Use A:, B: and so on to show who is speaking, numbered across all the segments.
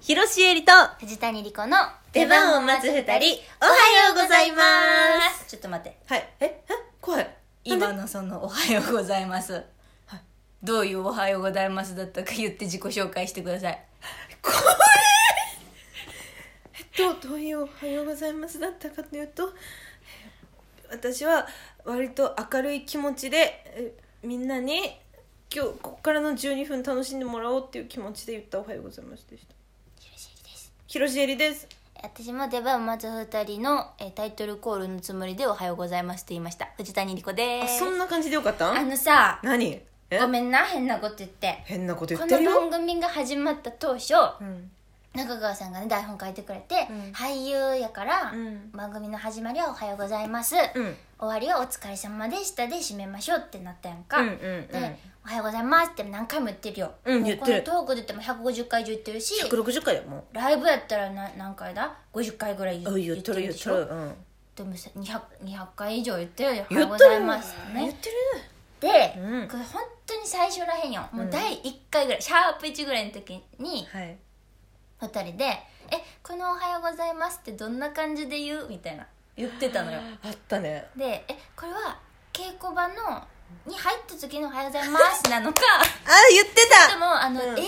A: 広ロえりと
B: 藤谷莉子の
A: 出番を待つ二人おはようございます
B: ちょっと待って
A: はいええ怖い
B: 今のその「おはようございます」どういう「おはようございます」だったか言って自己紹介してください
A: どうどういう「おはようございます」だったかというと私は割と明るい気持ちでえみんなに今日ここからの12分楽しんでもらおうっていう気持ちで言った「おはようございます」でした広重りです
B: 私も出番を待つ二人のえータイトルコールのつもりで「おはようございます」って言いました藤谷莉子で
A: あ
B: す
A: そんな感じでよかった
B: あ
A: ん
B: のさ
A: 何え
B: ごめんな変なこと言って
A: 変なこと言
B: こ
A: って
B: の
A: る
B: 番
A: よ、
B: 組が始まった当初
A: うん、
B: 中川さんがね台本書いてくれて、
A: うん
B: 俳優やから、
A: うん
B: 番組の始まりは「おはようございます」
A: うん
B: 終わりは「お疲れ様でした」で締めましょうってなったやんか、
A: うんうんうん
B: で「おはようございます」って何回も言ってるよ、
A: うん
B: も
A: 言ってる
B: このトークで言っても150回以上言ってるし
A: 160回だよもう
B: ライブやったらな何回だ50回ぐらい言
A: あ言ってる言
B: で
A: っ
B: してょ
A: る、うん、
B: でもさ 200, 200回以上言ってるよ「お
A: 言
B: はよ
A: っ
B: うご
A: て
B: ざい
A: るもん
B: ます」って
A: 言
B: ね
A: って
B: で、
A: うん
B: これ本当に最初らへんよもう第1回ぐらい、シャープ1ぐらいの時に
A: るはい
B: 2人で「えこの「おはようございます」ってどんな感じで言うみたいな言ってたのよ
A: あったね
B: でえこれは稽古場のに入った時の「おはようございます」なのか
A: あ言って
B: でもあの、
A: うん
B: 映像の現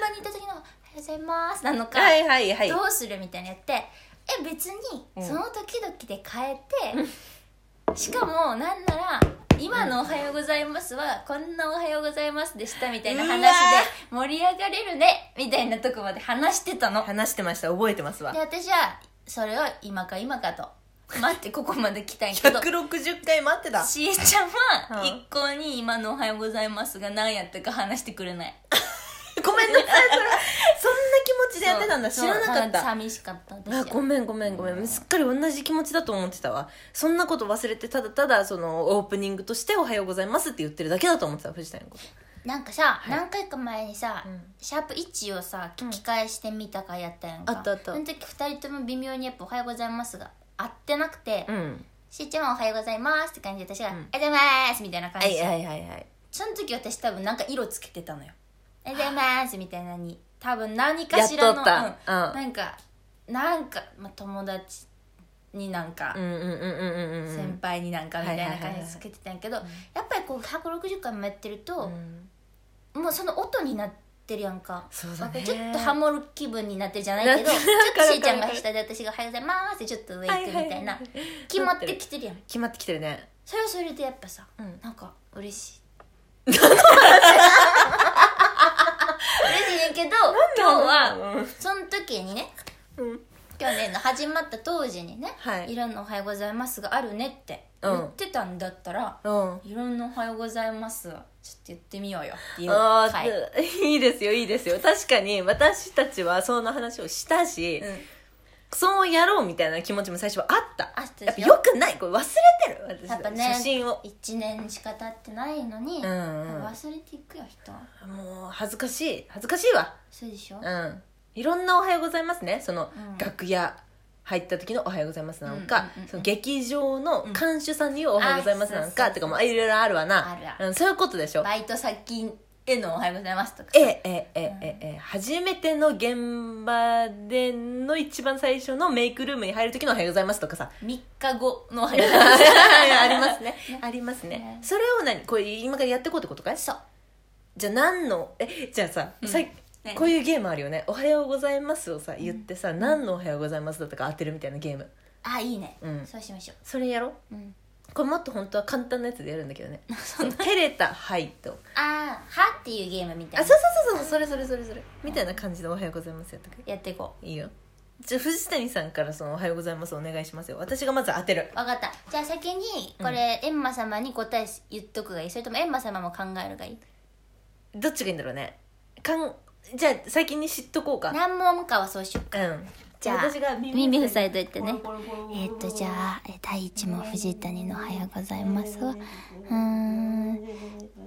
B: 場にいた時の「おはようございます」なのか、
A: はいはいはい
B: どうするみたいなやってえ別に
A: うん
B: その時々で変えて、しかもなんなら今の「おはようございます」はこんな「おはようございます」でしたみたいな話で
A: うわ
B: 盛り上がれるねみたいなとこまで話してたの
A: 話してました覚えてますわ
B: で私はそれを今か今かと待ってここまで来たんやけど
A: 160回待ってた
B: しえちゃんは
A: うん
B: 一向に今の「おはようございます」が何やったか話してくれない
A: ご めんなさいそれはそんな気持ちでやってたんだ知
B: そう
A: らなかっ
B: そう
A: た
B: 寂しかった私
A: あ
B: は
A: ごめんごめんごめんすっかり同じ気持ちだと思ってたわそんなこと忘れてただただそのオープニングとして「おはようございます」って言ってるだけだと思ってた藤谷のこと
B: なんかさ、何回か前にさ、
A: うん
B: シャープ1をさ
A: うん
B: 聞き返してみたかやったやんか、
A: あったあった
B: その時2人とも微妙にやっぱ「おはようございます」が合ってなくて、
A: うん
B: しーちゃんは「おはようございます」って感じで私が「お
A: うん
B: はようございます」みたいな感
A: は
B: じ
A: い
B: で、
A: はいはいはい
B: その時私多分なんか色つけてたのよ「おはようございます」みたいなのに多分何かしらの
A: やっとった
B: うん
A: うん
B: なんかなんか、まあ、友達になんか、
A: うんうんうんうんうんうん
B: 先輩になんかみたいな
A: はいはい
B: 感
A: はい
B: じ
A: は
B: で
A: い
B: つけてたんやけど、やっぱりこう160回もやってると、
A: うん
B: もうその音になってるやんか
A: そうだね
B: なんかちょっとハモる気分になってるじゃ ないけどち
A: な
B: ょ
A: ん
B: っ
A: かわかる
B: としーちゃんが下で私が「おはようございます」ってちょっと上行くみた
A: は
B: いな、
A: いはいはい
B: 決まってきてるやん
A: 決まってきてるね
B: それはそれでやっぱさ、
A: うん
B: なんか嬉しい嬉しいねんけど今日は
A: うん
B: その時にね
A: うん
B: 去年の始まった当時にね「
A: はい
B: ろんなおはようございます」があるねって言ってたんだったら
A: うん
B: 「いろんなおはようございます」ちょっと言ってみようよっていう
A: あ
B: 回
A: ー いいですよいいですよ確かに私たちはその話をしたし、
B: うん
A: そうやろうみたいな気持ちも最初はあった
B: あったでしょ
A: やっぱよくないこれ忘れてる私
B: やっぱね
A: 写真を
B: 1年しか経ってないのに、
A: うんうん
B: 忘れていくよ人
A: もう恥ずかしい恥ずかしいわ
B: そうでしょ、
A: うんいろんな「おはようございますね」その、
B: うん
A: 楽屋入った時の「おはようございます」なのか、
B: うんうんうんうん
A: その劇場の看守さんに言う「おはようございます」なの
B: あ
A: か、
B: そうそう
A: とかもあいろいろあるわな
B: あるあ
A: うん、そういうことでしょ
B: バイト先への「おはようございます」とか
A: えええええええ初めての現場での一番最初のメイクルームに入る時の「おはようございます」とかさ
B: 3日後の「おはようございます
A: ありますねありますね
B: ね
A: それを何これ今からやっていこうってことかい
B: そう
A: じゃあ何のえじゃあさ、
B: うん
A: さ
B: ね
A: こういうゲームあるよね「おはようございます」をさ言ってさ、何の「おはようございます」だったか当てるみたいなゲーム」
B: あいいね、
A: うん
B: そうしましょ
A: それやろ
B: う、うん、
A: これもっと本当は簡単なやつでやるんだけ どね照れた「はい」と
B: あーはっていうゲームみた
A: あ
B: い
A: そう
B: な
A: そうそうそうそれそれそれそれみたいな感じで「おはようございます」やっとく
B: やっていこ
A: いいよじゃあ藤谷さんからその「おはようございます」お願いしますよ私がまず当てる
B: うわかったじゃあ先にこれ、エンマ様に答え言っとくがいいそれともエンマ様も考えるがいい
A: どっちがいいんだろうねかんじゃあ先に知っとこうか
B: 何問かはそうしよう
A: うん
B: じゃあ
A: 私が
B: 耳塞いといてね
A: コロコロコロコロ
B: えっ、とじゃあえー第一問藤谷の「おはようございますは」うーん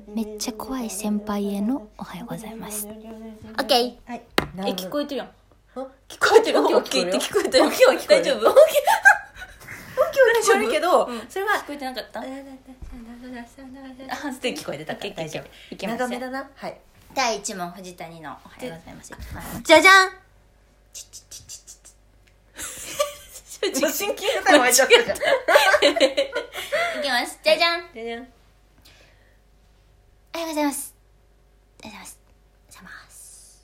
B: めっちゃ怖い先輩への「おはようございます」オッケー
A: はい
B: え聞こえてるやん
A: あ
B: 聞こえてる
A: オ
B: オ
A: ッ
B: ッ
A: ケ
B: ケ
A: ーっ
B: ーってて
A: 聞
B: 聞
A: こ
B: こ
A: え
B: え
A: て
B: て
A: る
B: る
A: オッケーは聞こえる
B: 大丈夫
A: 夫聞こえるけど、
B: うん
A: それは
B: 聞こえてなかった
A: あって聞こえてたから大丈夫
B: いけます
A: 長めだなはい
B: 第一問藤谷の「おはようございます」
A: じゃじゃんゃあ、心筋梗塞も入っちゃったじゃん。
B: いきますじゃじゃん
A: じゃじゃん。
B: おはようございますおはようございますおはようございます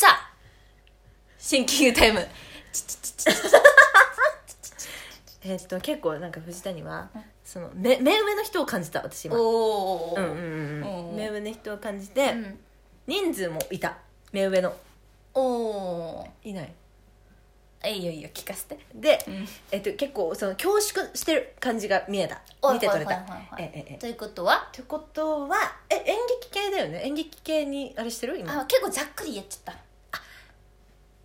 B: さあシンキングタイム
A: えーっと、結構なんか藤谷は、その、目、目上の人を感じた、私今。
B: おお
A: うんうんう
B: おー
A: ん。目上の人を感じて、
B: ん
A: 人数もいた。目上の。
B: おお
A: いない。
B: ーいいよいいよ聞かせて
A: で、
B: ん
A: えっと、結構その恐縮してる感じが見えた見て取れた
B: はいはいはいはい
A: ええええ
B: ということは
A: ってことはえ演劇系だよね演劇系にあれしてる今
B: あ結構ざっくりやっちゃった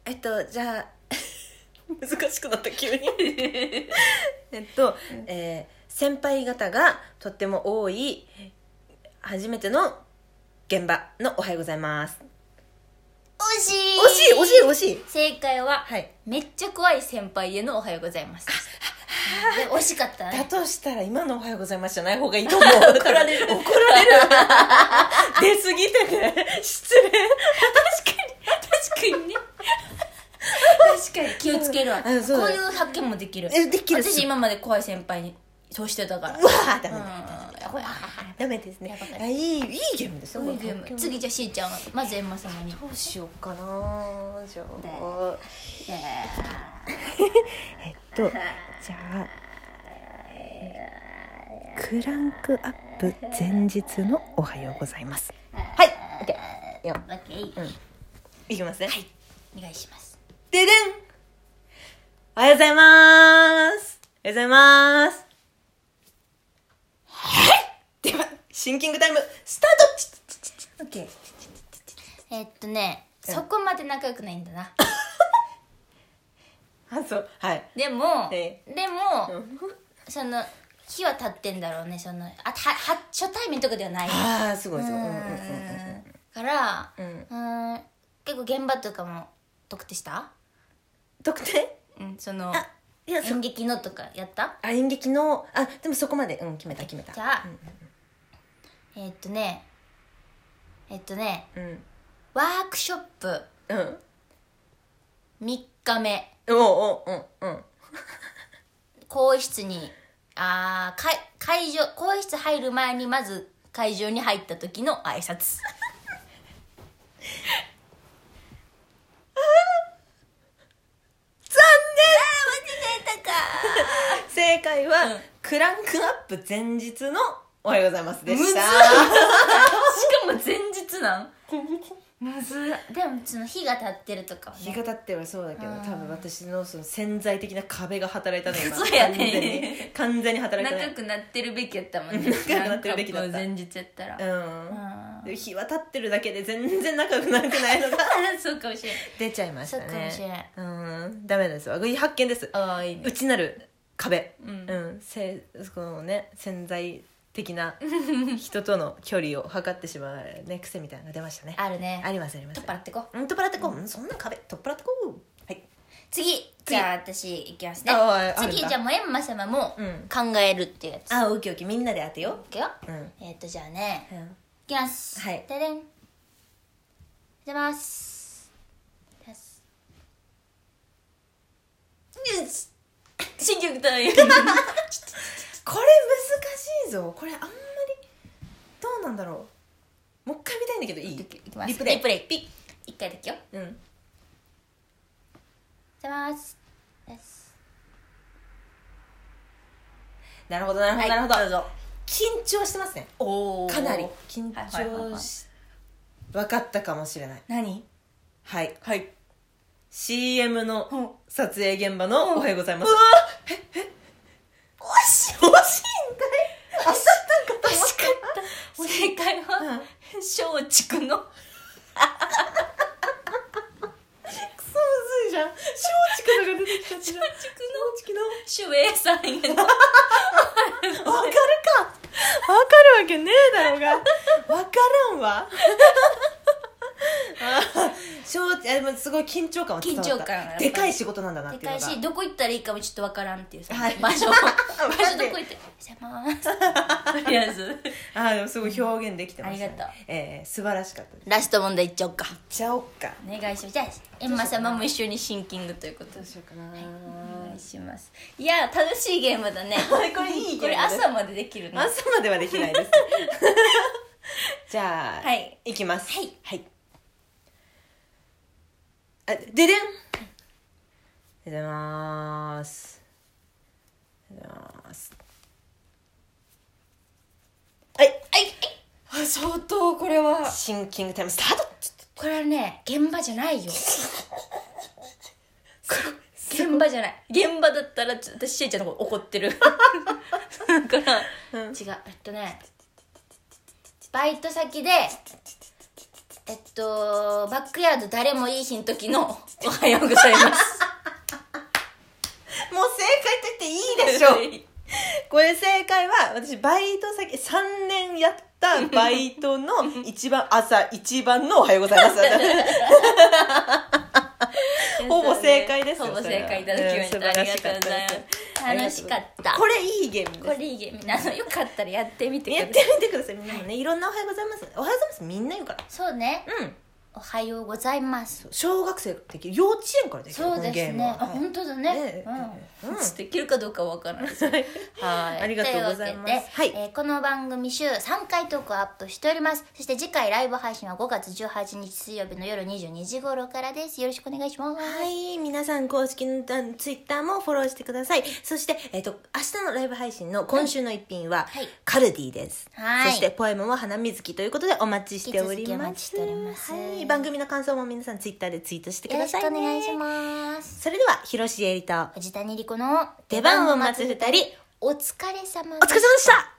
A: えっとじゃあ 難しくなった急 にえっと、えー先輩方がとっても多い初めての現場の「おはようございます」
B: 惜しい
A: 惜しい惜しい惜しい
B: 正解は、
A: はい
B: めっちゃ怖い先輩への「おはようござい ます」で惜しかった
A: だ
B: ね
A: としたら今の「おはようございます」じゃない方がいいと思う怒られる怒られる 出過ぎてね失礼
B: 確かにね 確かに気をつけるわこう
A: うんそうだ
B: い
A: よ
B: う発見もできる
A: えできる
B: 私今まで怖い先輩にそうしてたから
A: うわーダメだ
B: うん怖いあ
A: ダメですね
B: やばかっ。た
A: あいいいいゲームです
B: そういうゲーム次
A: ど
B: じゃあしーちゃんまずエンマ様にいう
A: しようかなじゃあ
B: や
A: えっとじゃあクランクアップ前日のおはようございます。はい。オッケー。よ
B: ーオッケー
A: いきますね。はい。
B: お願いします
A: ででん。おはようございます。おはようございます。はい。ではシンキングタイムスタート。オッケー。
B: えっとねそこまで仲良くないんだな
A: あそうはい。
B: でも
A: え
B: でもその日は経ってんだろうねそのあはは初対面とかではない
A: ああすごいすごい。うんうんうんうん。
B: からう
A: うん
B: ん結構現場とかも特定した
A: 特定
B: うんその
A: あいやそ
B: 演劇のとかやった
A: あ演劇のあでもそこまでうん決めた決めた
B: じゃあえーっとねえーっとね
A: うんうん
B: ワークショップ
A: うん
B: 3日目
A: おうおううんうん
B: 更衣室にあーかい会場更衣室入る前にまず会場に入った時の挨拶
A: 残
B: 出たか
A: 念正解は、
B: うん
A: クランクアップ前日のおはようございますでした
B: しかも前日なんむずいでもその日が経ってるとかは
A: 日
B: ね
A: が経ってはそうだけど多分私のその潜在的な壁が働いた ね今
B: そうや
A: 完全
B: ね
A: に完全に働いた
B: 仲良
A: ね
B: くなってるべきやったもんね
A: 仲良くなってるべきだった
B: なんかもう前日やったら、
A: うんで日は経ってるだけで全然仲良くなれてないのが
B: そうかもしれん
A: 出ちゃいました
B: そうかもしれん
A: ねうんダメですわいい発見です
B: ああいいね
A: 内なる壁、
B: う
A: うんんせこのね潜在的 な人との距離を測ってしまう、ね、癖みたいなのが出ましたね
B: あるね
A: ありますあります
B: 取っ払ってこう
A: うん取っ払ってこう、うん、そんな壁取っ払ってこうはい
B: 次じゃあ私いきますね
A: あああるんだ
B: 次じゃあもうエンマ様も
A: うん
B: 考えるっていうやつ、
A: あオッケーオッケーみんなで当てよ
B: いくよ、
A: う、うん
B: えっ、とじゃあね
A: うん
B: いきます
A: はい
B: ででんおはようございますおはようございますよし新曲だ よ
A: これ難しいぞこれあんまりどうなんだろうもう一回見たいんだけどいい
B: いきます
A: リプレイ
B: リプレイピッ一回だけよ
A: うん
B: おはようございますよし
A: なるほどなるほど、
B: はい
A: なるほど緊張してますね
B: お
A: かなり緊
B: はいはいはい
A: 張
B: はい
A: し、分かったかもしれない
B: 何
A: はい
B: はい。
A: CM
B: うん
A: の撮影現場のおはようございます。
B: 惜しい
A: 惜しいんかいあさったんか
B: 惜しかった。正解は、松竹の。
A: た。くそむずいじゃん。松竹のが出てきたじゃん。松竹の。
B: 主演さんへの。
A: わかるか。わかるわけ ねえだろうが。わからんわ。あー超いやでもすごい緊張感は伝わった
B: 緊張感はやっぱり
A: でかい仕事なんだなっ
B: で
A: ていうの
B: かい
A: が
B: しどこ行ったらいいかもちょっとわからんっていうさ、
A: はい
B: 場所場
A: ん
B: 所どこ行って「じゃあまーす」とりあえず
A: あーでもすごい表現できてました、ね、
B: ありがとう
A: えー素晴らしかったです
B: ラスト問題いっちゃおっか
A: じゃあおっか
B: お願いしますじゃあエンマ様も一緒にシンキングということ
A: ど
B: で
A: うしようかな、
B: お願いしますいやー楽しいゲームだねこ
A: これいいゲームだね
B: これ朝までできるの
A: 朝まではでき ないですじゃあ、
B: はい
A: きます
B: はい、
A: あででん出てます出てますはい
B: はいはい相当これは
A: シンキングタイムスタート
B: これはね現場じゃないよ 現場じゃない現場だったらちょ私しえちゃんのこと怒 ってるだから、違うえっとねバイト先でえっとバックヤード誰もいい日の時の「おはようござい ます
A: もう正解と言っていいで しょ」これ正解は私バイト先3年やったバイトの一番朝一番の「おはようござい ます」ほぼ正解ですよ
B: ほぼ
A: それ
B: 正
A: は
B: 解いただきました、
A: うん
B: あ
A: 素晴ら
B: りが
A: し
B: と
A: か
B: う
A: った
B: ございます楽しかった
A: これいいゲームです
B: これいいゲームなのよかったらやってみてくだ
A: や
B: さ
A: って
B: い
A: みてくださいみんなもねいろんな「おはようございます」「おはようございます」みんな言うから
B: そうね
A: うん
B: おはようございます
A: 小学生できる幼稚園からできる
B: そうです
A: このゲーム
B: ね
A: は
B: あ本当だね
A: ね
B: う
A: うん
B: ん、できるかどうかわからないですよ はい
A: ありがとうございます
B: とうわけで
A: はい
B: えーこの番組週3回トークをアップしておりますそして次回ライブ配信は5月18日水曜日の夜22時頃からですよろしくお願いします
A: はい皆さん公式のあのツイッターもフォローしてくださいそして、えっと明日のライブ配信の今週の一品は、
B: はい
A: カルディです、
B: はい
A: そしてポエムも花水木ということでお待ちしております
B: 引き続きお待ちしております
A: はい、番組の感想も皆さんツイッターでツイートしてく
B: よろ
A: だ
B: し
A: さ
B: くお
A: い、ね、
B: 願いします
A: それでは広重絵里と
B: 藤谷莉子の
A: 出番を待つ二人
B: お疲れ様
A: お疲れ様でした